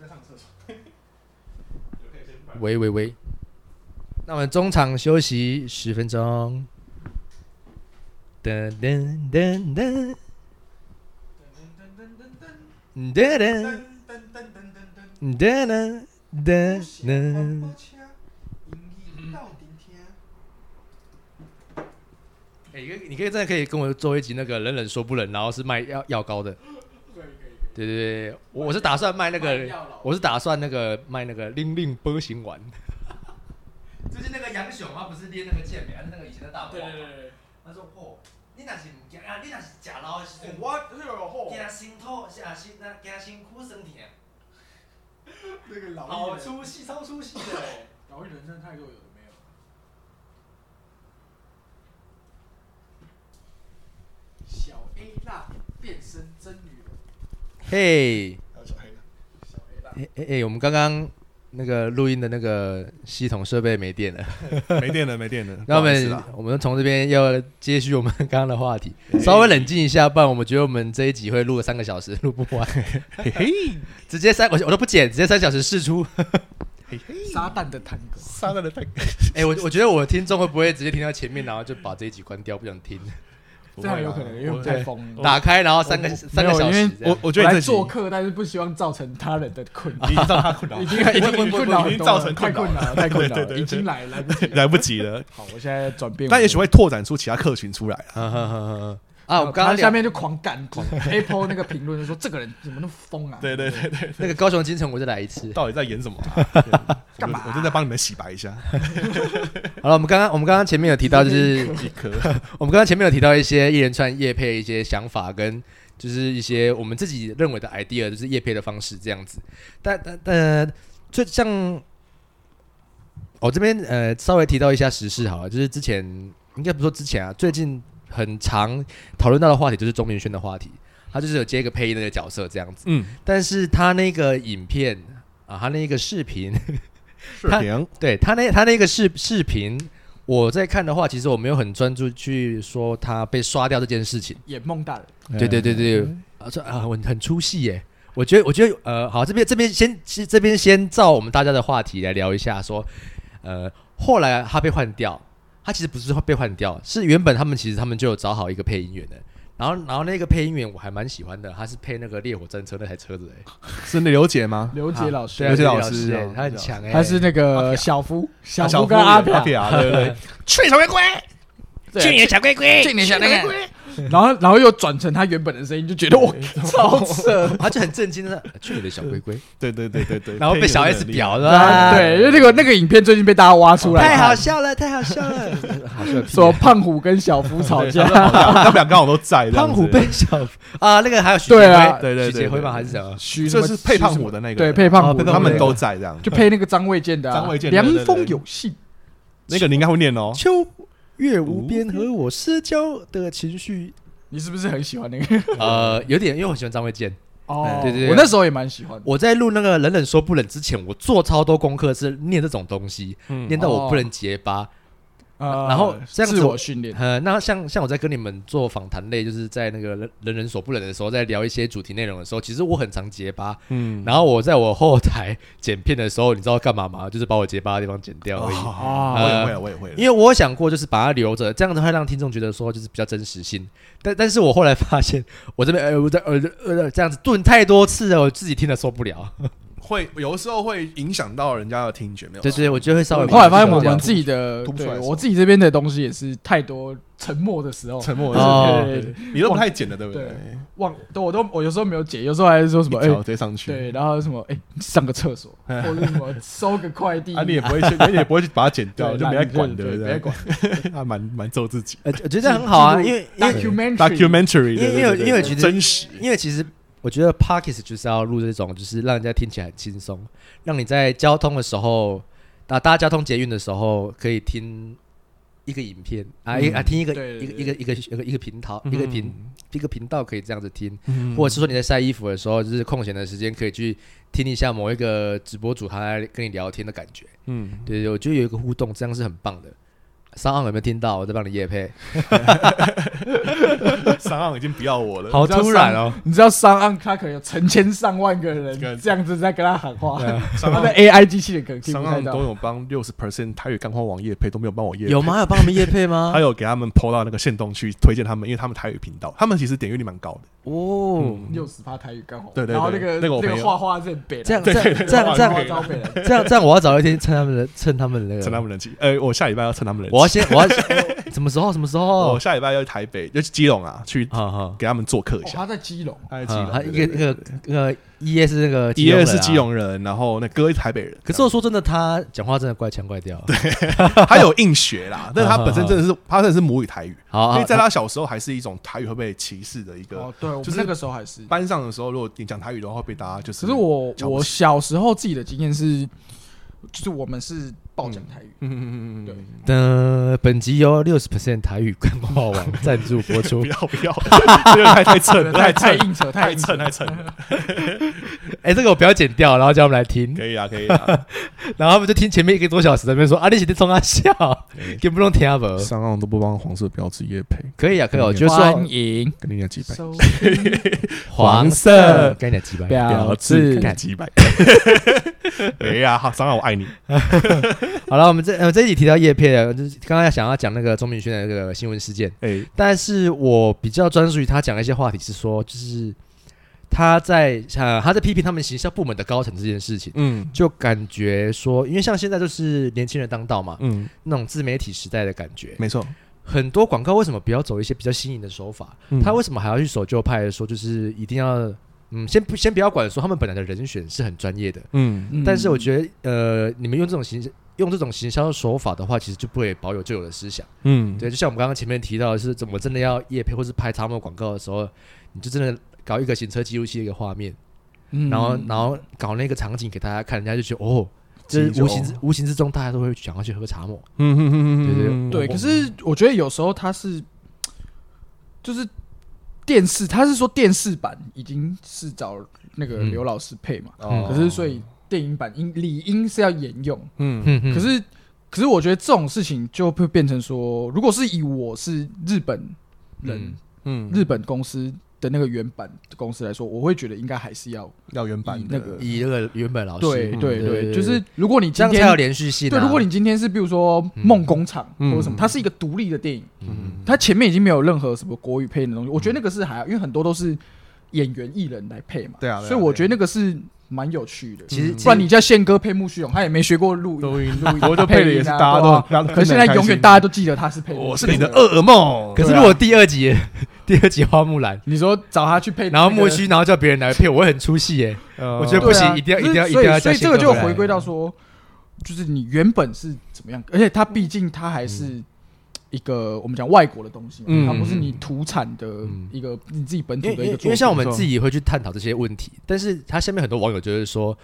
在上厕所。你们可以先摆喂喂喂，那我们中场休息十分钟。噔噔噔噔噔噔噔噔噔噔。哎、你可以你可以真的可以跟我做一集那个冷冷说不冷，然后是卖药药膏的。对对对，我我是打算卖那个，我是打算那个卖那个令令波形丸。就是那个杨雄他不是练那个健美，还是那个以前的大对对对对，他说：“哦，你若是唔惊啊，你若是食老的时阵，我这个货，惊心痛，是啊，心那惊辛苦身体，那个老好艺人，出戏，超出戏的。老艺人真的太多有的没有了。小 A 辣变身真女人，嘿，还有小黑的，小 A 辣，哎哎哎，我们刚刚那个录音的那个系统设备没电了， 没电了，没电了。 那我不好意思们啦我们从这边要接续我们刚刚的话题，稍微冷静一下，不然我们觉得我们这一集会录了三个小时，录不完，嘿嘿 直接三我我都不剪，直接三小时试出。嘿嘿，撒旦的探戈，杀了的太，哎、我我觉得我的听众会不会直接听到前面，然后就把这一集关掉，不想听？ 这样有可能，因为我们太疯了。打开然后三个我三个小哦没有时因这样，我我觉得来这集做客，但是不希望造成他人的困扰已，经造成困扰，已经已经困扰已很经多造了，成太困扰扰了，太困扰对对对了，对已经来来不及了。来不 及了。好，我现在转变为，但也许会拓展出其他客群出来了。啊哈哈哈啊，我们刚他刚下聊面就狂干 狂 Apple 那个评论就说这个人怎么那么疯啊？对对对对，那个高雄金城，我再来 一次。到底在演什么啊？干嘛啊我正在帮你们洗白一下。好了，我们刚刚我们刚刚前面有提到，就是一颗我们刚刚前面有提到一些一连串叶配的一些想法跟。就是一些我们自己认为的 idea，就是叶配的方式这样子。但但但，就像我、这边呃稍微提到一下时事好了，就是之前应该不说之前啊，最近很常讨论到的话题就是钟明轩的话题，他就是有接一个配音的那个角色这样子。嗯，但是他那个影片啊，他那个视频，是他平对他那他那个视视频，我在看的话，其实我没有很专注去说他被刷掉这件事情。眼梦大人，对对对对，啊这啊我很出戏耶。我觉得我觉得呃好，这边这边先其这边先照我们大家的话题来聊一下说，呃后来他被换掉，他其实不是被换掉，是原本他们其实他们就有找好一个配音员的。然后，然后那个配音员我还蛮喜欢的，他是配那个烈火战车那台车子哎，是刘姐吗？刘杰老对啊师，刘杰老师师哎哦他很强哎，他是那个小夫，小夫跟阿啊阿飘，飘，对对去小龟龟，对去你的小龟龟，去你的小龟龟。然后然后又转成他原本的声音，就觉得我超扯。他就很震惊的，去你的小龟龟，对对对对对，然后被小 S 表。表啊了，对，因为那个那个影片最近被大家挖出来看，太好笑了，太好笑 了，好笑 个屁说胖虎跟小夫吵架，他们俩刚好都在。这样胖子虎被小啊，那个还有许对啊杰辉对对对许杰辉吗？对还是什么？徐什这么是配胖虎的那个，对配胖虎哦配的那个，胖他虎们都在这样。就配那个张卫健的啊，张卫健对凉对风对有信，那个你应该会念哦，秋月无边和我私交的情绪，你是不是很喜欢那个？ 呃，有点，因为我很喜欢张卫健。哦对对对我那时候也蛮喜欢的。我在录那个冷冷说不冷之前，我做超多功课是念这种东西，嗯念到我不能结巴。 呃然后这样子自我我训练，呃，那像像我在跟你们做访谈类，就是在那个人人人所不冷的时候，在聊一些主题内容的时候，其实我很常结巴。嗯，然后我在我后台剪片的时候，你知道干嘛吗？就是把我结巴的地方剪掉而已。啊呃哦，我也会了，我也会了，因为我有想过，就是把它留着，这样子会让听众觉得说就是比较真实性。但但是我后来发现，我这边呃我在呃呃这样子顿太多次了，我自己听了受不了。会有时候会影响到人家的听觉，没有对错？对，我觉得会稍微。后来发现我这样们自己的凸，出对来的时候我自己这边的东西也是太多沉默的时候，沉默哦对对对你都不太剪的，对不对？忘，都我都我有时候没有解，有时候还是说什么一条哎，直接上去，对，然后什么哎上个厕所，或者什么收个快递啊，，你也不会去，你也不会去把它剪掉，对就没在管的，对不没在管， 还蛮蛮揍自己。呃，我觉得这样很好啊，记录因为因为 documentary documentary，因为对因为对对因为对其实真实，因为其实我觉得 Parkes 就是要录这种，就是让人家听起来很轻松，让你在交通的时候，啊，搭交通捷运的时候可以听一个影片啊，一啊听一个对一对个对一个一个一个一个频道一嗯个频一个频道可以这样子听，嗯或者是说你在晒衣服的时候，就是空闲的时间可以去听一下某一个直播主他在跟你聊天的感觉。嗯，对对，我觉得有一个互动，这样是很棒的。上岸有没有听到？我在帮你夜配，三浪已经不要我了，好突然哦！你知道上岸他可能有成千上万个个人这样子在跟他喊话，三他浪的 AI 机器人可能听三不太浪都到。有帮六十 percent 台语干货网页配都没有帮我夜配有？吗？有帮我们夜配吗 他？有给他们 PO 到那个线动去推荐他们，因为他们台语频道，他们其实点阅率蛮高的。哦，六十趴台语刚好，对对对然后那个那个我朋友画画是很北的，这样这这样这样这样样招北的，这样这样，我要找一天趁他们的趁他们的那趁他个，们人气。呃，我下礼拜要趁他们人气。我要哦先我要先什么时候什么时候我？下礼拜要去台北，就是基隆啊，去好好，哦给他们做客一哦下。他在基隆，他在基隆，他对啊一对个对那个那个一 A 是那个一二人是啊基，隆人，然后那哥是台北人。可是 我说真的，他讲话真的怪腔怪调。对，他有硬学啦，但是他本身真的是他真的是母语 台语，好，因好为在他小时候还是一种台语会被歧视的一个。哦，对，我就们是那个时候还是。班上的时候，如果你讲台语的话，会被大家就可是。是我瞧不起我小时候自己的经验是，就是我们是爆讲台语，嗯，嗯嗯嗯嗯对 嗯，的呃本集由六十 percent 台语官话网赞助播出 不。要不要，这个太太蹭了，太太蹭硬扯，太硬扯蹭，太蹭 了，哎，这个我不要剪掉，然后叫他们来听，可以啊可以 啊，然后他们就听前面一个多小时在那边说啊，你写的冲他笑，也不用听他们。上岸都不帮黄色标志夜配，可以啊，可以啊，我就欢说迎跟你讲几百，收黄色跟你讲几百。表标志示跟你。讲几百，哎呀，好，上岸我爱你， 好了，我们这呃这一集提到叶片了，就是刚刚想要讲那个钟明轩的那个新闻事件，哎，但是我比较专注于他讲的一些话题是说，就是他在呃他在批评他们行销部门的高层这件事情，嗯就感觉说，因为像现在就是年轻人当道嘛，嗯，那种自媒体时代的感觉，没错，很多广告为什么不要走一些比较新颖的手法？嗯他为什么还要去守旧派的说，就是一定要嗯，先不先不要管说他们本来的人选是很专业的，嗯嗯但是我觉得呃，你们用这种行用这种行销手法的话，其实就不会保有旧有的思想。嗯，对，就像我们刚刚前面提到的是，怎么真的要夜配或是拍插播广告的时候，你就真的搞一个行车记录器的一个画面，嗯然后然后搞那个场景给大家看，人家就觉得哦，这记是住无形之无形之中大家都会想要去喝茶某。嗯嗯嗯对对嗯对，可是我觉得有时候他是，就是电视，他是说电视版已经是找那个嗯刘老师配嘛，哦嗯可是所以电影版应理应是要沿用，嗯嗯嗯可是可是我觉得这种事情就会变成说，如果是以我是日本人、嗯嗯日本公司的那个原版公司来说，我会觉得应该还是要要原版那的个以那个原本老师对哦嗯对对，就是如果你这今样才有天连续性、啊。对，如果你今天是比如说《嗯梦工厂》或者什么，嗯它是一个独立的电影，嗯它前面已经没有任何什么国语配音的东西，我嗯觉得那个是还好，因为很多都是演员艺人来配嘛，对啊对啊所以我觉得那个是蛮有趣的。其实嗯不然你叫宪哥配木须勇，他也没学过录音，录音录 音，我就配的也是配音啊大家对都啊很，可是现在永远大家都记得他是配木须勇。我是你的噩梦。可是如果第二集 第二集花木兰，你说找他去配那个，然后莫须，然后叫别人来配，我会很出戏耶。我我觉得对不行啊一定要可是一定要所一定要以所以叫宪这哥个就回来回归到说，就是你原本是怎么样，而且它毕竟它还是一个我们讲外国的东西嘛，嗯它不是你土产的一个你自己本因土为的因一个为因作为品。像我们自己会去探讨这些问题，但是他下面很多网友就是说，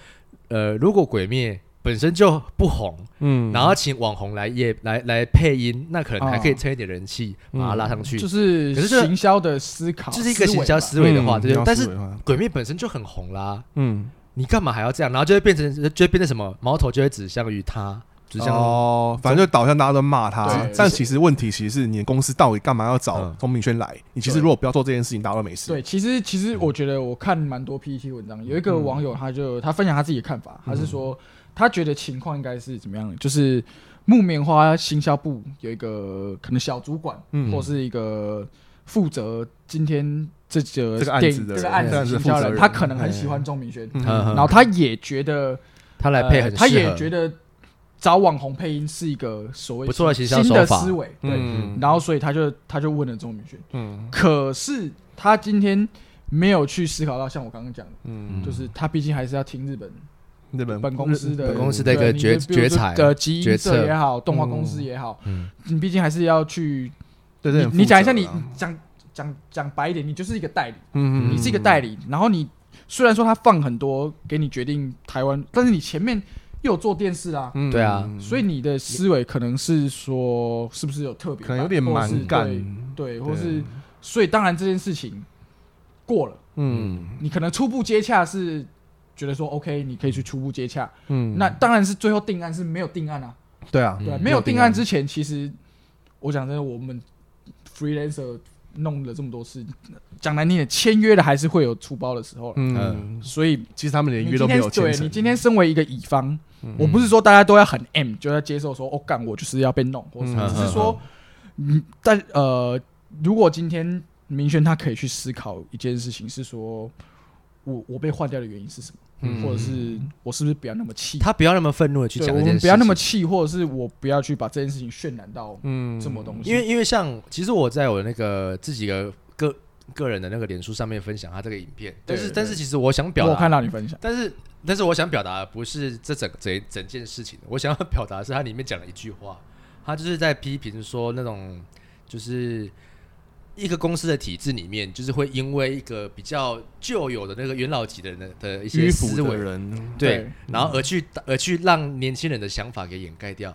呃，如果鬼灭本身就不红，嗯然后请网红来也来来配音，那可能还可以哦蹭一点人气，把它嗯拉上去就，是可是这行销的思考，这是一个思维行销吧思维的话，对不对？但是嗯鬼灭本身就很红啦，嗯，你干嘛还要这样？然后就会变成就会变成什么矛头就会指向于他，指向哦，反正就导向大家都骂他对，但其实问题其实是你的公司到底干嘛要找嗯钟明轩来？你其实如果不要做这件事情，大家都没事。对，，其实其嗯实我觉得我看蛮多 PPT 文章，有一个网友他就他分享他自己的看法，他是嗯说他觉得情况应该是怎么样的，就是木棉花行销部有一个可能小主管，嗯或是一个负责今天这个这个案电子的这人个案这子个案子行负责销人，人他可能很喜欢钟明轩，嗯嗯然后他也觉得他来配呃很适合，他也觉得找网红配音是一个所谓不错的行销新的手法思维，对，嗯然后所以他就他就问了钟明轩。嗯可是他今天没有去思考到，像我刚刚讲的，嗯，就是他毕竟还是要听日本日本本公司的嗯本公司的一个对决你比如说决裁呃，集决英策社也好，动画公司也好，嗯你毕竟还是要去。对你对，你讲一下，你讲讲讲白一点，你就是一个代理，啊嗯你是一个代理，然后你虽然说他放很多给你决定台湾，但是你前面又有做电视啦。理对啊所以你的思维可能是说，是不是有特别版，可能有点或者是蛮干，对，对，或是所以当然这件事情过了，嗯你可能初步接洽是觉得说 OK，你可以去初步接洽。嗯那当然是最后定案是没有定案啊，对啊，对啊，嗯没有定案之前，其实我讲真的，我们 freelancer 弄了这么多次，讲难听点，签约的还是会有出包的时候啦嗯，所以其实他们连呃你约今都没天有签对你成。今天身为一个乙方，嗯我不是说大家都要很 M，就要接受说哦干我就是要被弄，或者什么，嗯只是说，嗯，但呃，如果今天明轩他可以去思考一件事情，是说我我被换掉的原因是什么，嗯或者是我是不是不要那么气，他不要那么愤怒的去对讲我这件们事，不要那么。气，或者是我不要去把这件事情渲染到嗯这么东西，因为因为像其实我在我那个自己的个个人的那个脸书上面分享他这个影片，但是对但是其实我想表我看达，到你分享，但是但是我想表达的不是这整整整件事情，我想要表达的是他里面讲了一句话，他就是在批评说那种就是。一个公司的体制里面，就是会因为一个比较旧有的那个元老级的人的的一些迂腐思的维，人，对对，然后而去而去让年轻人的想法给掩盖掉，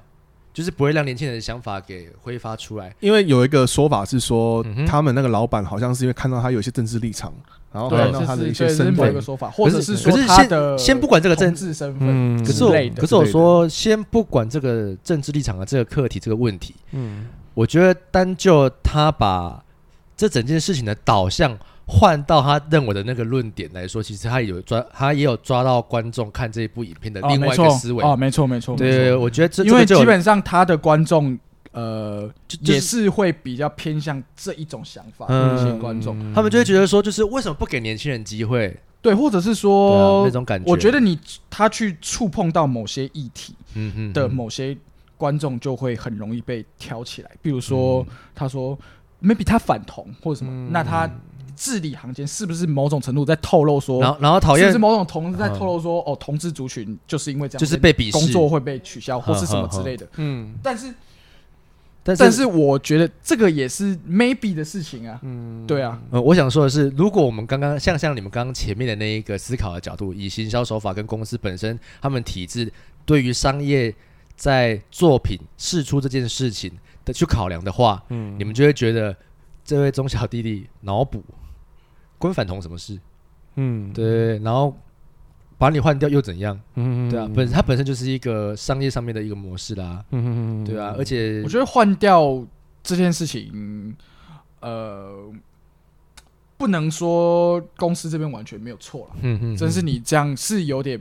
就是不会让年轻人的想法给挥发出来。因为有一个说法是说嗯哼，他们那个老板好像是因为看到他有一些政治立场，然后对看到这他的是一这些是身某一份个，说法，或者可是是说可是他先的先不管这个政同志身份，嗯，可是之类我，的可是我说，先不管这个政治立场啊的这个课题这个问题，嗯，我觉得单就他把这整件事情的导向换到他认为的那个论点来说，其实他有抓，他也有抓到观众看这一部影片的哦另没外一错个思维。哦，没错没错，没错对，我觉得这因为这个就基有本上他的观众呃就就是也是会比较偏向这一种想法嗯的一些观众，他们就会觉得说，就是为什么不给年轻人机会？对，或者是对啊说那，种感觉，哦我觉得你他去触碰到某些议题嗯嗯的嗯某些观众就会很容易被挑起来，比如说嗯他说 maybe 他反同或者什么，那他字里行间是不是某种程度在透露说然？后然后讨厌嗯是不是某种同志在透露说，哦，同志族群就是因为这样，就是被鄙视工作会被取消，或是什么呵呵之呵类的。嗯但是但是但是我觉得这个也是 maybe 的事情啊，嗯，对啊，呃，我想说的是，如果我们刚刚像像你们刚刚前面的那一个思考的角度，以行销手法跟公司本身他们体制对于商业在作品试出这件事情的去考量的话，嗯你们就会觉得这位中小弟弟脑补关反同什么事？嗯，对，然后把你换掉又怎样？嗯，嗯对啊，本它本身就是一个商业上面的一个模式啦，嗯嗯对啊，而且我觉得换掉这件事情，呃，不能说公司这边完全没有错了，嗯嗯，真是你这样是有点，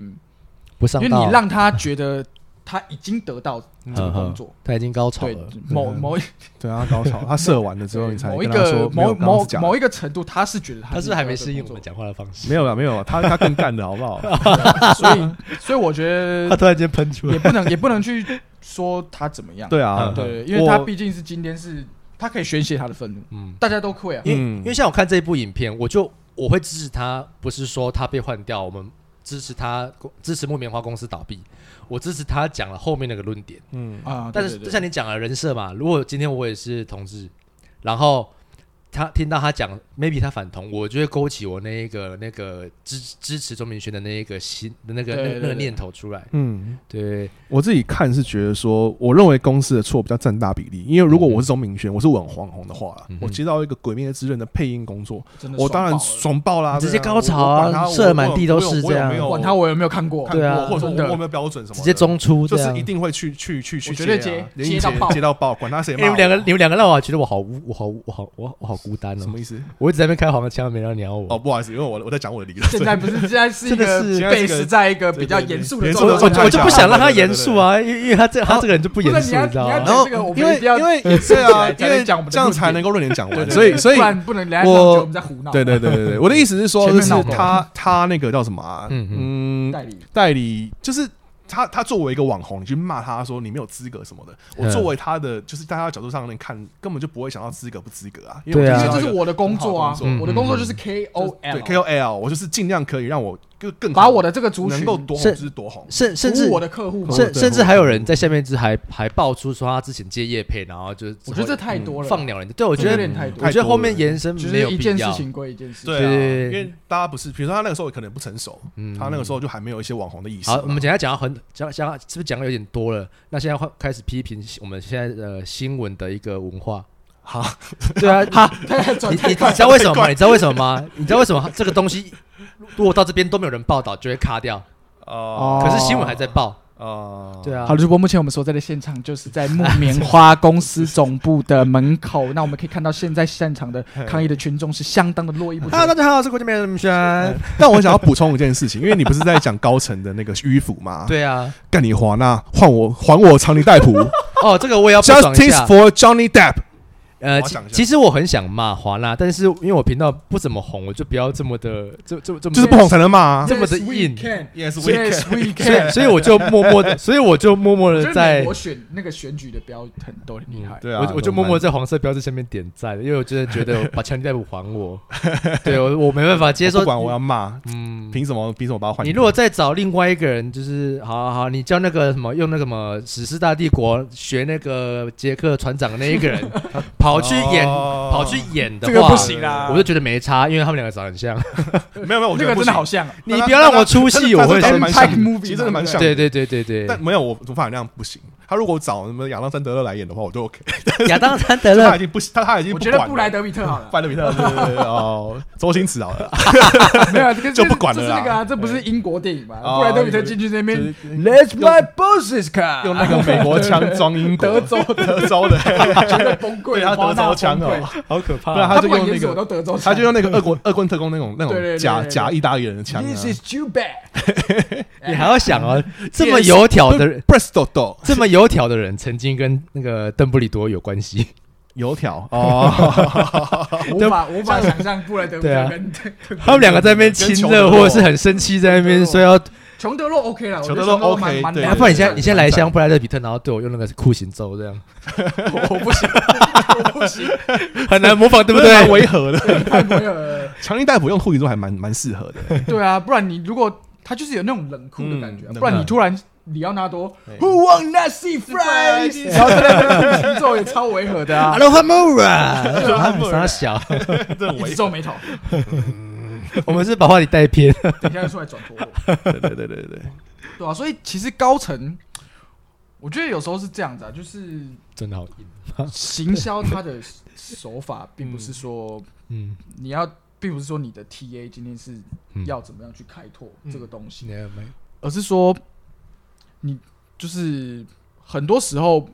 不上因为道你让他觉得他已经得到这个嗯工嗯作，他已经高潮对了，嗯某某对啊，高潮，他射完了 之后，你才某一跟他个说没某有刚刚某是假的某一个程度，他是觉得他他是不是还得没到适这应个我工们讲话的方式，没有了，没有啦，他他更干的好不好？作，所以所以我觉 得突然间喷出也，不能也不能去说他怎么样，对啊，对，因为他我毕竟是今天是他可以宣泄他的愤怒，嗯，大家都会啊，因为嗯因为像我看这一部影片，我就我会支持他，不是说他被换掉，我们支持他支持木棉花公司倒闭，我支持他讲了后面那个论点，嗯啊，但对是对就对像你讲了人设嘛，如果今天我也是同志，然后。他听到他讲，maybe 他反同，我就会勾起我那一个那个支支持钟明轩的那一个心的那个对那个对那对个念头出来。嗯，对，我自己看是觉得说，我认为公司的错比较占大比例，因为嗯如果我是钟明轩，我是网黄红的话啦嗯，哼我接到一个《鬼灭之刃》的配音工作，真的我当然爽爽爆啦，直接对高潮啊我我管他我射得满地都是我有这样我有爆没有了，管他我有没有看过，看过对啊或者真说的我有没有标准什么的，直接中啊出这就是样一定会去去去去我去绝对啊接连接到爆接到爆，管他谁你们骂我两个，你们两个让我觉得我好无，我好无，我好我我好孤单什哦。么意思？我一直在那边开黄腔，没人鸟哦，我。不好意思，因为我我在讲我的理论，现在不是现在是一个真的是贝斯在一个比较严肃的对我对状对态我对下，我就不想让他严肃啊，因为因为他这他这个人就不严肃，不然知道你要吗你？要这个我们因为一定要因为严肃对啊，起来才因为能讲我们的这样才论能点够论点讲对完，对所以对所以不然不能人家我让觉得我们在胡闹，对对对对对，我的意思是说，前就面是闹够他他那个叫什么啊？嗯嗯代理代理就是他他作为一个网红，你去骂他说你没有资格什么的，我嗯作为他的就是大家角度上面看，根本就不会想到资格不资格啊，因为对啊因我为就这是是要一个我的工作啊很好的工，作我的工作嗯就是 K O 对 L， KOL，我就是尽量可以让我更更好把我的这个族能群够多红是就是多红，甚甚服至务我的客户嘛，甚对甚至还有人在下面就是还还爆出说他之前接叶配，然后就是我觉得这太多了，嗯放鸟人。对，我觉有得点太多我了，觉得后面延伸就没有是一必件事要。情归一件事情，对啊，对嗯因为大家不是，比如说他那个时候可能不成熟，他那个时候就还没有一些网红的意识嘛。好，我们等一下讲到很讲讲到是不是讲的有点多了？那现在换开始批评我们现在的新闻的一个文化。好，对啊，哈，转你你太你快知道为什么吗？你知道为什么吗？你知道为什么这个东西如果到这边都没有人报道，就会卡掉？哦可是新闻还在报，哦，对啊，。啊，好了，主播，目前我们所在的现场就是在木棉花公司总部的门口。那我们可以看到，现在现场的抗议的群众是相当的络绎不 绝大家好，我是国际美人林轩。但我想要补充一件事情，因为你不是在讲高层的那个迂腐吗？， 对啊，干你华纳，换我还我长尼戴普哦，这个我也要补爽一，Justice 下。 for Johnny Depp。呃，我其想一下其实我很想骂华纳，但是因为我频道不怎么红，我就不要这么的，这这这么就是不 红才能骂啊。这么的硬 Yes, Yes, we 所以 can。所以我就默默的，所以我就默默的在我。选那个选举的标很都很厉害。对啊，我我就默默在黄色标志下面点赞，因为我真的觉得我把强尼戴普还我，对我我没办法接接受。受，不管我要骂，嗯，凭什么凭什么把我换？你如果再找另外一个人，就是好好好，你叫那个什么用那个什么《史诗大帝国》学那个捷克船长的那一个 人跑去演、哦跑去演的话，这个不行啊啦我就觉得没差，因为他们两个长得很 像。没有没有，我那觉个得真不行的好像啊你不要让我出戏，我会但是生蛮气。像 Type 的 movie 其实真的蛮像的。对对对对对，但没有，我无法那样不行。他如果找什么亚当·山德勒来演的话，我就 OK。 亚当·山德他勒已经不，他他已经我不觉管得布莱了。德比特好 了，范德比特对对对对哦，周星驰好了，没有啊，这个就不管了这啦是那个啊，这不是英国电影嘛？哦布莱德比特进去那边就是，Let my bosses come，用那个美国腔装英国德州 德州的，绝对崩溃，对他华德纳州腔崩溃哦，好可怕不然他他不就管用演那什么都个，德州腔，他就用 那个恶国恶棍特工那种那对对对对种假对假意大利人的腔啊 This is too bad。你还要想哦，这么油条的人， ，Bristol 豆这么油条的人，曾经跟那个邓布利多有关系。油条 哦，无法无法想象布莱德比对啊特跟跟 他们两个在那边亲热，或者是很生气，在那边说要。琼德洛 OK 了，我觉得琼德洛琼 OK，蛮蛮对蛮啊，不然你现在你现在来一蛮箱赞布莱德比特，然后对我用那个酷刑咒， 这样 我不行，我不行，很难模仿，对不蛮对？违和的。太不会了。强力逮捕用护理咒还蛮蛮适合的，啊对啊，不然你如果他就是有那种冷酷的感觉啊，嗯不然冷你酷突然里奥纳多对 Who want Nazi fries，然后在那边宇宙也超违和的 啊，罗汉莫拉，傻小，这一直皱眉头， 我们是把话题带 偏。等一下就出来转头了。对对对对对，对啊，所以其实高层，我觉得有时候是这样子啊，就是真的好硬。行销它的手法，并不是说嗯，你要，并不是说你的 TA 今天是嗯要怎么样去开拓这个东西，没嗯而是说你就是很多时候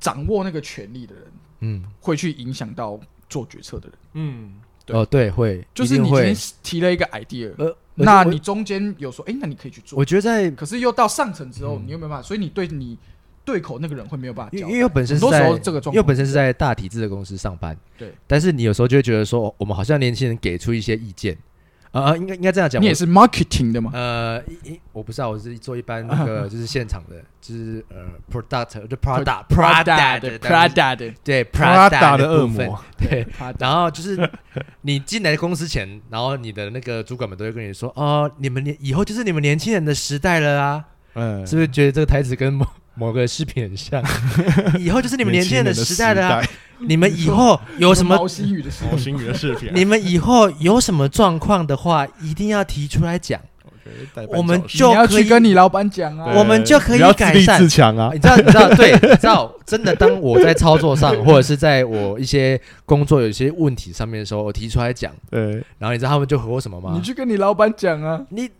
掌握那个权力的人，嗯，会去影响到做决策的人。嗯，对哦，对，会，就是一你定今会天。提了一个 idea，呃，那我你中间有说，哎、那你可以去做我，觉得在，可是又到上层之后，嗯你又没有办法，所以你对你对口那个人会没有办法因交为代。因为我本身很是多时在候，这个状况，因为我本身是在大体制的公司上班，对。但是你有时候就会觉得说，哦我们好像年轻人给出一些意见，啊、啊，应该应该这样讲，你我也是 marketing 的嘛？呃，一一我不知道，我是做一般 那个就是现场的，就是呃 product 就 Prada Prada 的的 Prada 的对 Prada Prada 的恶部分魔，对。 Prada，然后就是你进来公司前，然后你的那个主管们都会跟你说，哦，你们年以后就是你们年轻人的时代了啊，嗯是不是觉得这个台词跟某 某个视频很 像？以后就是你们年轻人的时代了啊，你们以后有 什么毛新宇的事哦，星宇的视 频，你们以后有什么状况的话，一定要提出来讲，我们你就要可去以跟你老板讲啊对。我们就可以你要自立改善自强啊你。知道，你知道，对， 你知道，真的，当我在操作 上，或者是在我一些工作有一些问题上面的时候，我提出来讲，对，然后你知道他们就回我什么吗你？去跟你老板讲啊！你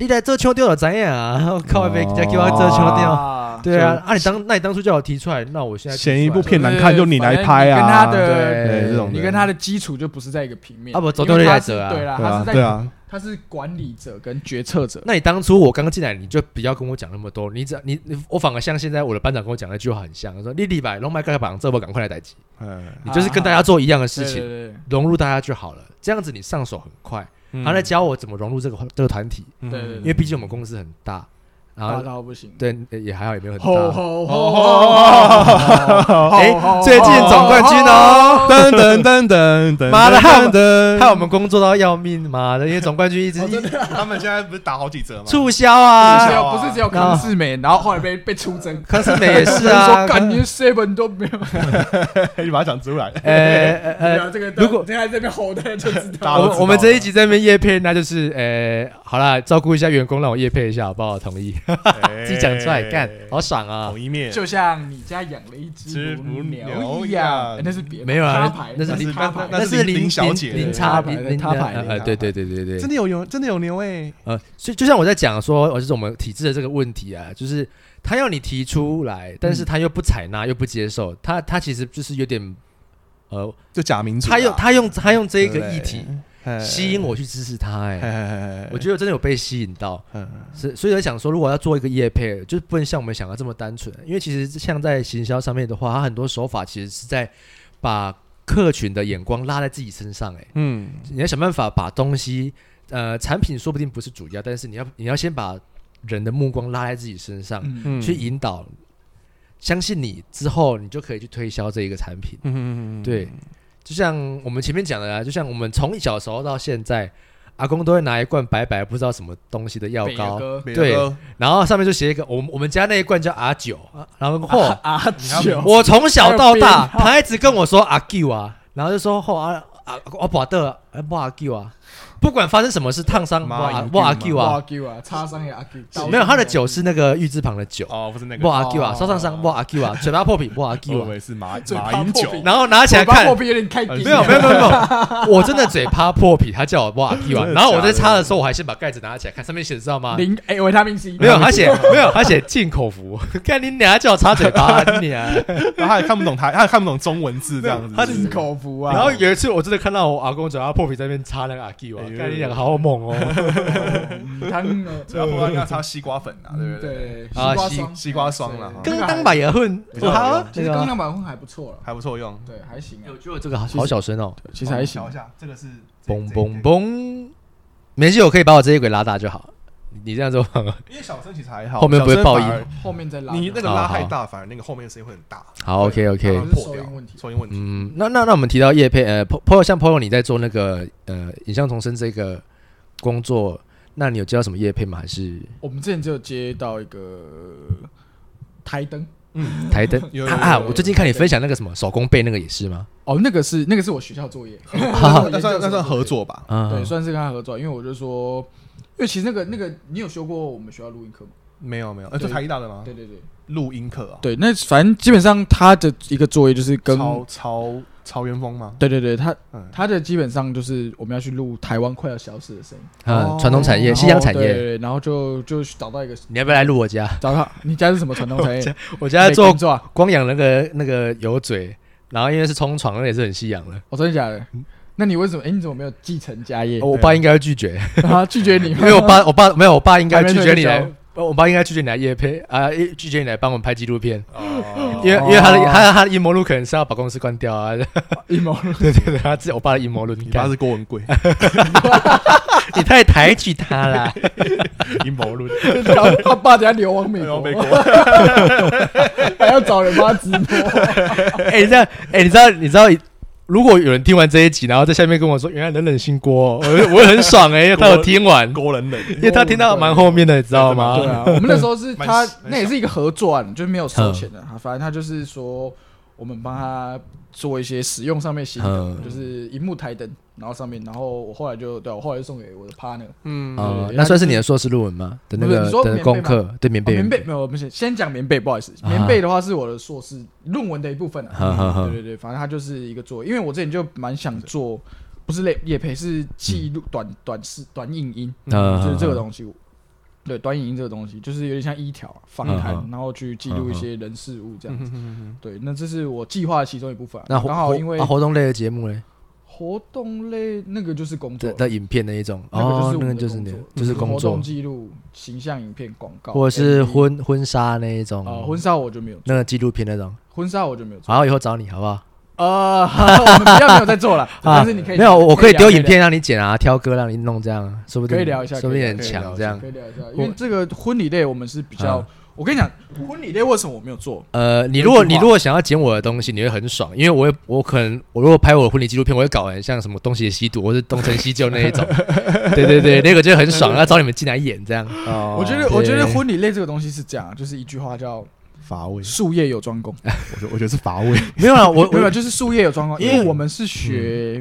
你来这秋掉了怎样啊？ 我靠，被人家给我这秋掉。啊，对啊，啊你当那你当初叫我提出来，那我现在提出来前一部片片难看就你来拍啊，反正你跟他的对对这种你跟他的基础就不是在一个平面啊不走因为丢他人是来者啊对啦，对他啊是在对啊，他是管理者跟决策者，那你当初我刚进来，你就不要跟我讲那么多，你只要你你我反而像现在我的班长跟我讲那句话很像，他说你李白龙麦盖榜，这我赶快来逮鸡，嗯，你就是跟大家做一样的事啊对情，对融入大家就好了，这样子你上手很快。他在教我怎么融入这个这个团体，嗯对对对因为毕竟我们公司很大，然对，大后到不行。对呃也还好，也没有很吼大。吼吼吼吼吼吼！哎吼最近总冠军哦！噔噔噔噔噔，妈的害我们噔害我们工作到要命，妈的！因为总冠军一直一他们现在不是打好几折吗促销不是只啊，有不是只有康世美，然后后来被被出征，康斯美也是 啊说。感觉 seven 都没有。 你把它讲出来，呃呃对啊呃，这个如果现在这边吼的就 知道，大我家都知们道 我们这一集在那边夜配，那就是呃，好啦，照顾一下员工，让我夜配一下，好不好？同意。 自己讲出来干，哎好爽啊！哦统一面，就像你家养了一只只母母牛牛一一样，样哎那是别没有他啊牌，那是是那是他牌，那是是林林林小姐林差对林他牌呃，对对对对对，真的有牛，真的有牛哎！呃，所以就像我在讲说，呃，就是我们体制的这个问题啊，就是他要你提出来，但是他又不采纳，又不接受，他他其实就是有点，呃，就假民主啊，他用他用他用这对一不个对议题嘿吸引我去支持他、嘿哎，嘿嘿嘿我觉得真的有被吸引到，嗯是所以在想说，如果要做一个业配，就是不能像我们想的这么单纯，因为其实像在行销上面的话，它很多手法其实是在把客群的眼光拉在自己身上、哎。嗯，你要想办法把东西，呃，产品说不定不是主要，但是你要你要先把人的目光拉在自己身上，嗯，嗯去引导，相信你之后，你就可以去推销这一个产品。嗯嗯嗯嗯对，就像我们前面讲的啊，就像我们从小时候到现在，阿公都会拿一罐白白不知道什么东西的药北膏，哥美对乐然后上面就写一个，我们我们家那一罐叫阿九，啊然后嚯、阿九，我从小到还大，有编号他一直跟我说阿 Q 啊，然后就说后啊啊我把的不阿 Q 啊，不管发生什么事，烫伤不妈阿有不阿病 Q 啊， Q 啊，插伤也阿 Q，没有他的酒是那个玉字旁的酒，哦，不是那不个，阿 Q 啊，哦烧烫伤不 阿 Q 啊，嘴巴破皮不阿 Q 我以啊，为是马嘴巴马英破九皮，然后拿起来看，后边有点太低，没有没有没有没 有，我真的嘴巴破皮，他叫我不阿 Q 啊，真的然后我假的在擦的时候，我还先把盖子拿起来看，上面写的知道吗？零哎维他命 C 没有，他写没有，他写进口服， 看你娘叫我擦嘴巴，你啊娘。然后他也看不懂台，他也看不懂中文字这样子，他是不是是口服啊，然后有一次我真的看到我阿公嘴巴破皮在那边擦那个阿 Q 啊，哎呦看你两个好猛哦！他呢只要不然要擦西瓜粉啊，对不对？嗯对啊西瓜西霜西瓜霜啦对哈那刚个还当百也混，比较好好啊用，其实刚刚版混还不错了，还不错用。对，还行啊我，觉得这个好好小声哦，其实还行帮我。调一下，这个是嘣嘣，嘣，没事，我可以把我这一轨拉大就好。 你这样做，这这这因为小声其实还好，后面不会小声爆音反而后面再拉，你那个拉太大，反而那个后面的声音会很大，好，OK 对 OK，啊破收掉音问题收音问题。嗯，那那那我们提到叶配，呃，PO 像 PO 你在做那个呃影像重生这个工作，那你有接到什么叶配吗？还是我们之前就接到一个台灯，台灯有啊有啊？有我最近看你分享那个什么手工被那个也是吗？哦，那个是那个是我学校作 业，那那算那算合，作吧？啊，对，算是跟他合作，因为我就说，因为其实那个那个你有修过我们学校录音课吗？没有没有，呃，就对台艺大的吗？对对对录音课啊，对，那反正基本上他的一个作业就是跟曹曹曹元峰吗？对对对，他嗯，他的基本上就是我们要去录台湾快要消失的声音，啊哦，传统产业、然后夕阳产对业，对，然后就就找到一个你要不要来录我家？找到你家是什么传统产 业？我家在做工作啊？光养那个那个油嘴，然后因为是冲床，那也是很吸氧的。哦，真的假的？那你为什么？哎，你怎么没有继承家业？哦我爸应该会拒绝，他拒绝你因为我爸我爸没有，我爸应该拒绝还没退你来休，我爸应该拒绝你来夜配啊，拒绝你来帮我们拍纪录片，哦因为因为他的他的他的阴谋论可能是要把公司关掉啊， 对 阴谋论，对对，他自我爸的阴谋论，你你爸是郭文 贵，你太抬举他了，阴谋 论，哎然后他爸等下流亡美哎然后国，美国还要找人帮他直播。 哎，你知道哎，你知道你知道。如果有人听完这一集，然后在下面跟我说“原来冷冷姓郭哦”，我我很爽哎、因为他有听完，勾人冷，因为他听到蛮后面的，你知道吗？对啊，我们那时候是蛮他蛮，那也是一个合作案，就是没有收钱的。反正他就是说，我们帮他做一些使用上面新的，嗯就是荧幕台灯，然后上面，然后我后来就对我后来就哦送给我的 partner 嗯对哦对，那算是你的硕士论文吗？的那不是个你说的棉被功吗课，对棉哦被棉被，没有，我们先先讲棉被，不好意思，啊棉被的话是我的硕士论文的一部分好好好啊。对对对，反正它就是一个作业，因为我之前就蛮想做，不是类也培是记录短短视短影音，嗯就是这个东西。对，短影音这个东西就是有点像一条访谈嗯，然后去记录一些人事物这样子。嗯对，那这是我计划的其中一部分啊。那活刚好活因为啊活动类的节目嘞活动类那个就是工作的，的影片那一种，那个就是哦我，那们个的就是工你作就是活工作动，记录、形象影片、广告，或者是 MV 婚婚纱那一啊婚种，纱我就没有做，那个纪录片那种。婚纱我就没有做。然后以后找你好不好？呃，我们比较没有在做 了，但是你可以啊没有，我可以丢聊影，片让你剪啊，挑歌让你弄这样啊，说不定可以聊一下说不定可以很聊一下强这样可。以聊一下，因为这个婚礼类我们是比较啊，我跟你讲，婚礼类为什么我没有做？呃，你有如果计你划如果想要剪我的东西，你会很爽，因为我会我可能我如果拍我的婚礼纪录片，我会搞很像什么东邪西毒或是东成西就那一种，对对对，那个就很爽，要找你们进来演这样。哦我觉得，我觉得婚礼类这个东西是这样，就是一句话叫乏“味术业有专攻我觉得我觉得是乏味。没有 啊，我”，没有，我就是术业有专攻，因因为为我们是学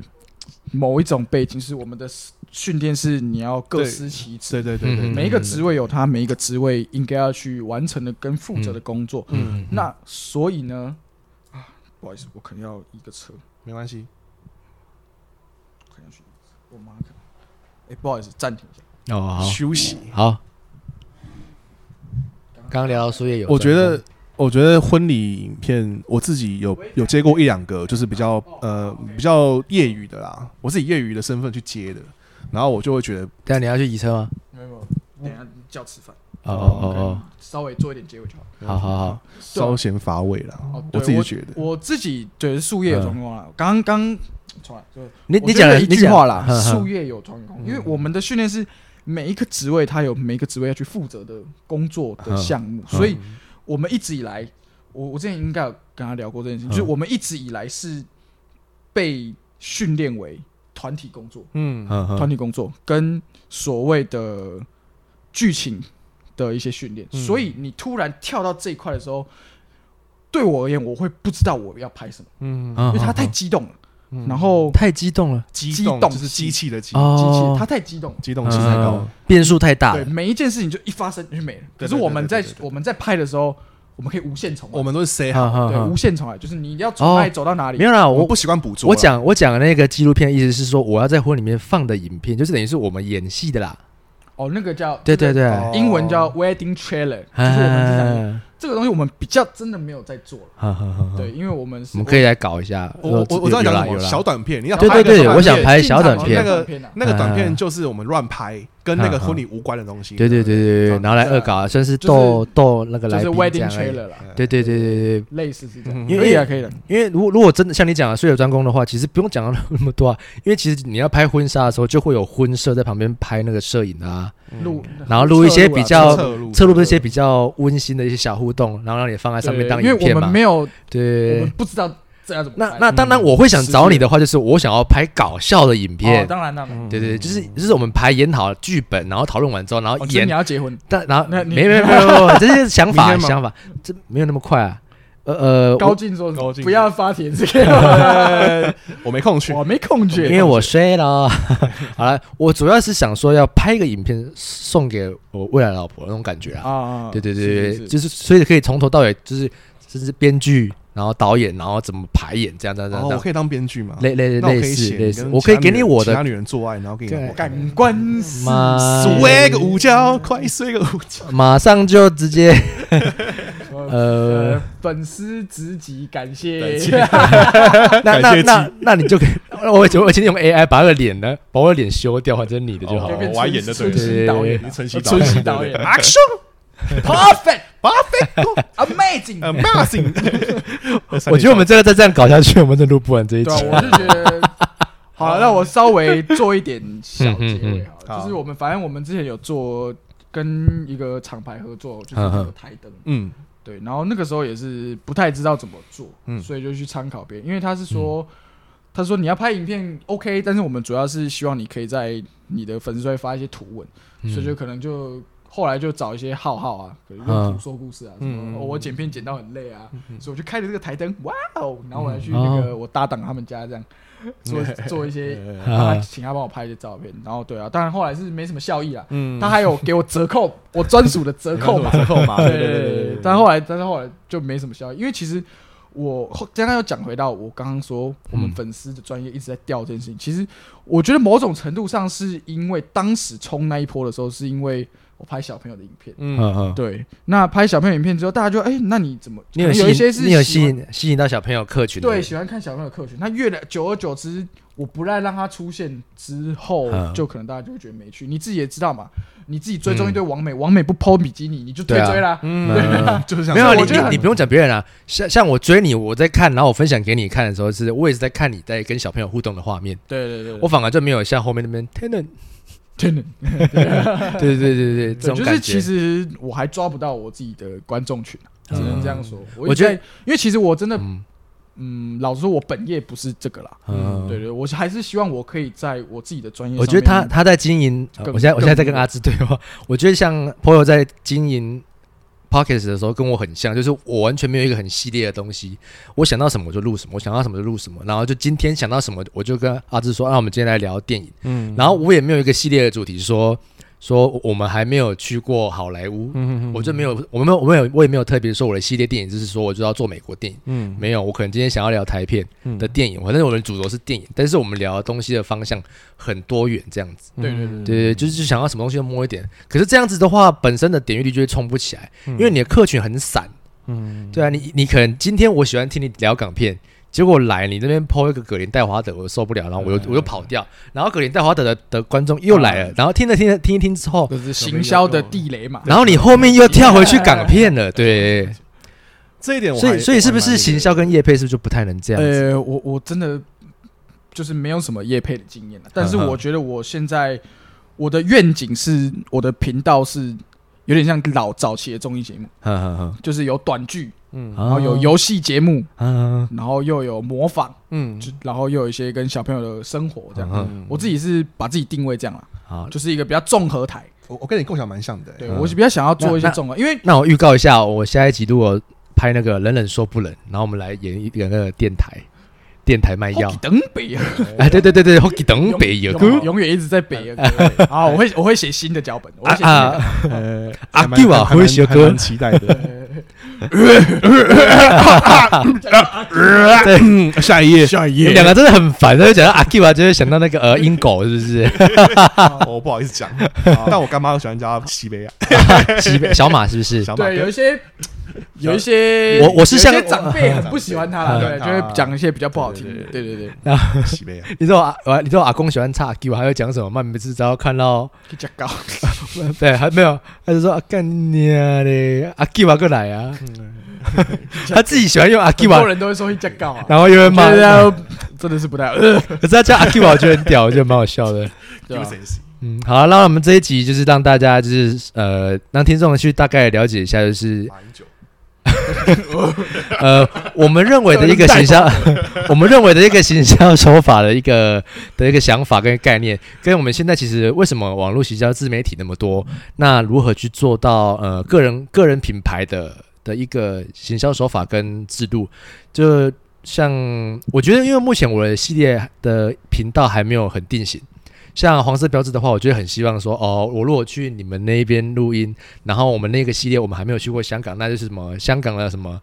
某一种背景，是我们的训练是你要各对司其职， 对对对对，嗯每一个职位有他每一个职位应该要去完成的跟负责的工作。嗯，那所以呢，啊，不好意思，我可能要一个车，没关系。我可能要去，我妈可能，哎、不好意思，暂停一下。哦休息。好好。刚刚聊到苏叶有，我觉得，我觉得婚礼影片，我自己有有接过一两个，就是比较呃比较业余的啦，我是以业余的身份去接的，然后我就会觉得，等一下你要去移车吗？没有没有，等一下叫吃饭，哦哦稍微做一点结尾就好。哦，好好好，对啊稍显乏味啦哦，对我自己觉得。我自己觉得术业有专攻啦，刚刚重来，就是嗯你我你觉讲得了一你句讲嗯话啦，呵呵术业有专攻，因为我们的训练是每一个职位它有每一个职位要去负责的工作的项目，嗯所以我们一直以来，我我之前应该有跟他聊过这件事情，嗯就是我们一直以来是被训练为团体工作，嗯嗯团哼体工作跟所谓的剧情的一些训练，嗯所以你突然跳到这一块的时候，对我而言，我会不知道我要拍什么，嗯，嗯因为他太嗯激动了，嗯然后嗯太激动了，激激动动就是机器的机，机哦器，他太激动了。机动嗯性太高。变数太大对，了，每一件事情就一发生就没了。可对对是我们在对对对对我们在拍的时候，我们可以无限重来，我们都是嗯 say 好，哈哈对哈无限重来，就是你要从哪里走到哪里嗯没。有啦，我我不习惯捕啊捉啦。啊我讲我讲的那个纪录片，意思是说我要在婚里面放的影片，就是等于是我们演戏的啦。哦，那个叫对对，对，那哦个英文叫 wedding trailer，就哎是我们这样这个东西我们比较真的没有在做了。哈哈哈哈对，因为我们是嗯我们可以来搞一下。我我我我知道你有讲啦什有么啦小短片，你要对拍对一个对，小我短片想拍小短进场片那，个片啊那个短嗯片就是我们乱拍，跟那个婚礼无关的东西。对对对对对，然后来恶搞，啊算是逗逗那个就来是宾这 wedding 样而已。 trailer 啦，对对对对对，类似是这样，嗯可以啊，可以的。因为如果如果真的像你讲的岁有专攻的话，其实不用讲到那么多啊，因为其实你要拍婚纱的时候，就会有婚摄在旁边拍那个摄影啊，录，然后录一些比较侧录啊侧录侧录这些比较温馨的一些小互动，然后让你放在啊上面对当因影为片我嘛们没。有，我对们，不知道这要怎么那嗯拍。嗯那当然，我会想找你的话，就是我想要拍搞笑的影哦片。嗯当然当然，对对，对嗯就是就是我们排演好剧本，然后讨论完之后，然后哦就是演你，要结婚，但然后那你没没没没没，这是想法明天吗想法，这没有那么快啊。呃呃，高我进说什么高进不要发帖这 个，我没空去。我没空去，因为我睡了。 好了，我主要是想说要拍一个影片送给我未来老婆那种感觉啊。啊，哦对对是对是对，是就是所以可以从头到尾，就是这是编剧，然后导演，然后怎么排演，这样这样这哦，样这我样，可以当编剧吗？类类那我类可以似写类似跟，我可以给你我其他的女人做爱，然后给你对老婆看感官是妈摔个午觉，快睡个午觉。马上就 直接呃呃，，粉丝直击感谢感，谢那那感谢那那你就可以， 我我我今天用 AI 把我的脸呢，把我的脸修掉，换成你的就好就了。变哦我还演得对哦春熙导演啊，晨春熙导演，Action，Perfect，Perfect，Amazing， ，Amazing！我觉得我们这个再这样搞下去，我们真录不完这一集对啊，。我是觉 得。好了，那我稍微做一点小结尾好嗯嗯嗯了，就是我们反正我们之前有做跟一个厂牌合作，就是嗯嗯有台灯，嗯对，然后那个时候也是不太知道怎么做，嗯所以就去参考别人，因为他是说，他说你要拍影片 OK，但是我们主要是希望你可以在你的粉丝专页发一些图文，嗯所以就可能就后来就找一些浩浩啊，可能用图说故事啊，什嗯么、哦我剪片剪到很累啊，嗯所以我就开了这个台灯，哇哦，然后我还去那个、我搭档他们家这 样做做一些，嗯让他请他帮我啊拍一些照片，然后对啊，当然后来是没什么效益啦。嗯他还有给我折扣，我专属的折扣码，折扣啊嘛，对对对对对对对对对。但后来，但是后来就没什么效益，因为其实我后刚刚又讲回到我刚刚说，我嗯们粉丝的专业一直在掉这件事情。其实我觉得某种程度上是因为当时冲那一波的时候，是因为我拍小朋友的影片。嗯嗯，嗯，对，那拍小朋友影片之后，大家就哎、那你怎么？你可能有吸有一些是引，你有喜吸欢引吸引到小朋友客群的对人，喜欢看小朋友的客群，他越来久而久之，我不再让他出现之后，嗯就可能大家就会觉得没趣。你自己也知道嘛，你自己追踪一堆网美，网美不剖比基尼，你就追对啊追啦。嗯嗯，就是想没有啊我你觉得你很你不用讲别人啊，像像我追你，我在看，然后我分享给你看的时候，是我也是在看你在跟小朋友互动的画面，对对对对我反而就没有像后面那边 tenant，真的。对对对对对，对，这种就感是觉。其实我还抓不到我自己的观众群，啊只能这样说。嗯我一直觉得在，因为其实我真的，嗯嗯，老实说，我本业不是这个啦。嗯，对对，我还是希望我可以在我自己的专业上面，我觉得他他在经营，呃更 我现在我现在在更跟阿志对话。我觉得像朋友在经营 podcast 的时候跟我很像，就是我完全没有一个很系列的东西，我想到什么我就录什么，我想到什么就录什么，然后就今天想到什么我就跟阿志说，那、我们今天来聊电影，嗯然后我也没有一个系列的主题说说我们还没有去过好莱坞，嗯我就没有，我没有，我没有，我也没有特别说我的系列电影就是说我就要做美国电影，嗯没有，我可能今天想要聊台片嗯的电影，反正我们主轴是电影，但是我们聊的东西的方向很多元，这样子。对对嗯对对对，就是就想要什么东西都摸一点。可是这样子的话，本身的点阅率就会冲不起来，因为你的客群很散。嗯对啊，你你可能今天我喜欢听你聊港片，结果来你那边抛一个葛林戴华德，我受不了，然后我又我又跑掉，然后葛林戴华德的的观众又来了，然后听着听着听一听之后，这是行销的地雷嘛？然后你后面又跳回去港片了，对。这一点我所还，以所以是不我还蛮是那个行销跟业配是不是就不太能这样子？呃，我我真的就是没有什么业配的经验了，啊但是嗯哼我觉得我现在我的愿景是，我的频道是有点像老早期的综艺节目，嗯嗯嗯就是有短剧，嗯然后有哦游戏节目，嗯然后又有模仿，嗯就然后又有一些跟小朋友的生活这样。嗯我自己是把自己定位这样啦，好，就是一个比较综合台。我我跟你共享蛮像的、对欸，嗯我是比较想要做一些那综合，因为那我预告一下，我下一集如果拍那个冷冷说不冷，然后我们来演一个那个电台电台卖药好，等北啊，哎，对对对对，好给东永北有哎永个永永远一直在北啊。好，我会我会写新的脚本，我会写新的脚本啊呃阿还蛮 Q 啊还蛮会写歌还蛮期待的。对，嗯，下一页，下一你们两个真的很烦，就讲到阿 Q 啊，就会想到那个呃英狗是不是？哦我不好意思 讲，但我干妈喜欢叫他啊西北亚西北小马是不是？小马对，哥有一 些有一些，我我是像有一些长辈很不喜欢他 啦，嗯对，就会讲一些比较不好听对的，对对对对，西北亚，你知道我阿我你知道我阿公喜欢唱阿 Q，还会讲什么吗？你们只要看到比较 高，对还没有，他就说啊干你啊嘞，阿 Q 啊过来啊，他自己喜欢用阿 Q 很啊多，人都会说比较高 啊。然后又会骂觉，得真的是不太， 呃可是他叫阿 Q 啊，我觉得很屌，我觉得蛮好笑的。对有吧谁是？嗯，好、那我们这一集就是让大家就是呃，让听众去大概了解一下，就是马英九，呃，我们认为的一个行销， 我们认为的一个行 销手法的一个的一个想法跟概念，跟我们现在其实为什么网络行销自媒体那么多，那如何去做到呃个人个人品牌的的一个行销手法跟制度，就像我觉得，因为目前我的系列的频道还没有很定型。像黄色标志的话，我觉得很希望说，哦，我如果去你们那边录音，然后我们那个系列我们还没有去过香港，那就是什么香港的什么，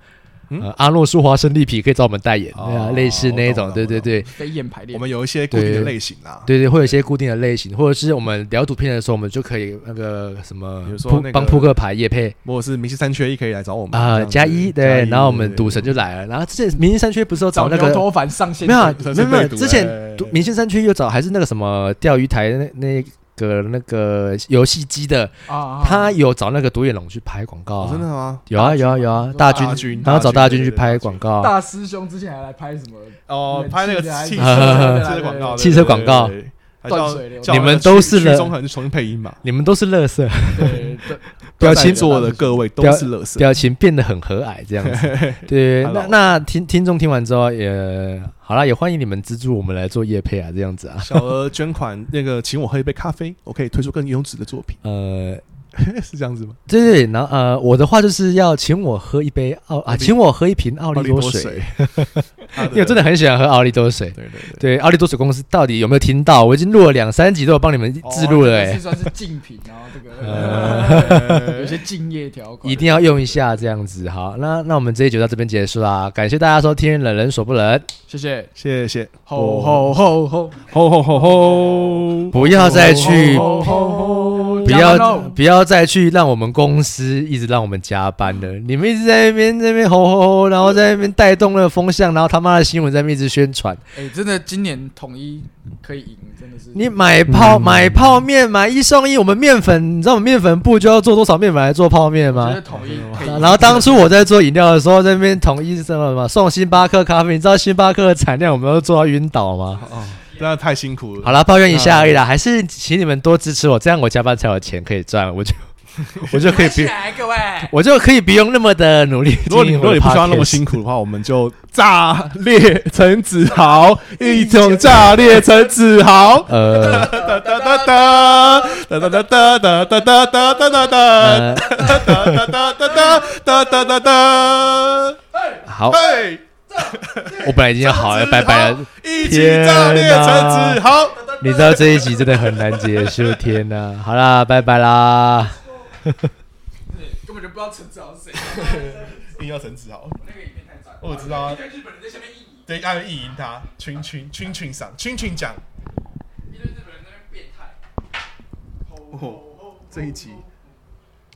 呃，阿诺舒华生丽皮可以找我们代言，嗯哦对啊，类似那一种，我懂对我懂对对飞燕排列我，们有一些固定的类型啦，对对，会有一些固定的类型，或者是我们聊赌片的时候，我们就可以那个什么比如说扑那个帮扑克牌也配或者是明星三缺一可以来找我们啊加一，对，然后我们赌赌神就来了，然后之前明星山区不是有找找那牛个头凡上线没有啊对没有没有，对之前对独明星山区又找还是那个什么钓鱼台那那个那个游戏机的，啊，他有找那个独眼龙去拍广告、哦啊，真的吗？有啊有啊有啊，大军大军然后找大大军军去拍广告、啊，大师兄之前还来拍什么哦，拍那个汽呵呵车汽车广告，汽车广告对，对对还叫断水流叫你们那个都屈是了屈中恒去重新配音嘛？你们都是乐色， 对对表表情情座的各位都是乐色，表情变得很和蔼这样子。对，那 Hello 那听听众听完之后也好啦，也欢迎你们资助我们来做夜配啊，这样子 啊。小额捐款，那个请我喝一杯咖啡，我可以推出更优质的作 品，呃，是这样子吗？对对，然后呃，我的话就是要请我喝一杯奥啊，奥利请我喝一瓶奥利多多水，， 啊因为我真的，很喜欢喝奥利多水。对对对对对，奥利多水公司到底有没有听到？我已经录了两三集，都有帮你们自录 了、这欸，哦是算是竞品，然后这呃个有些敬业条款，一定要用一下这样子。好，那那我们这一集就到这边结束啦，感谢大家收听《冷人所不冷》，谢谢，谢谢，吼吼吼吼，吼吼吼吼，不要再去吼吼吼吼，不加班要喽不要再去让我们公司一直让我们加班了，你们一直在那边在那边吼吼吼，然后在那边带动那个风向，然后他妈的新闻在那边一直宣传，哎，真的今年统一可以赢，真的是你买泡、买泡面买一送一，我们面粉，你知道我们面粉部就要做多少面粉来做泡我面觉吗得？统一可以赢然后当初我在做饮料的时候，在那边统一是什么什么送星巴克咖啡，你知道星巴克的产量我们要做到晕倒吗？ 哦，真的太辛苦了好。啦，抱怨一下而已啦，还是请你们多支持我，这样我加班才有钱可以赚，我就我就可以不 用，来，各位，我就可以不用那么的努力。如果你如果你不需要那么辛，苦的话，我们就炸裂陈子豪，一种炸裂陈子豪。呃哒哒哒哒哒哒哒哒哒哒哒哒哒哒呃，哒哒哒哒哒哒哒哒。好，嘿，我本来已经要好了，拜拜了。一起炸裂陈子豪。你知道这一集真的很难结束，天哪！好啦，拜拜啦。根本就不知道陈子豪是谁。硬要陈子豪，那个影片太赞，我知道啊一，堆日本人在下面意淫，对，要意淫他，群群群群赏，群群奖。一堆日本人在那边变态。吼吼吼这一集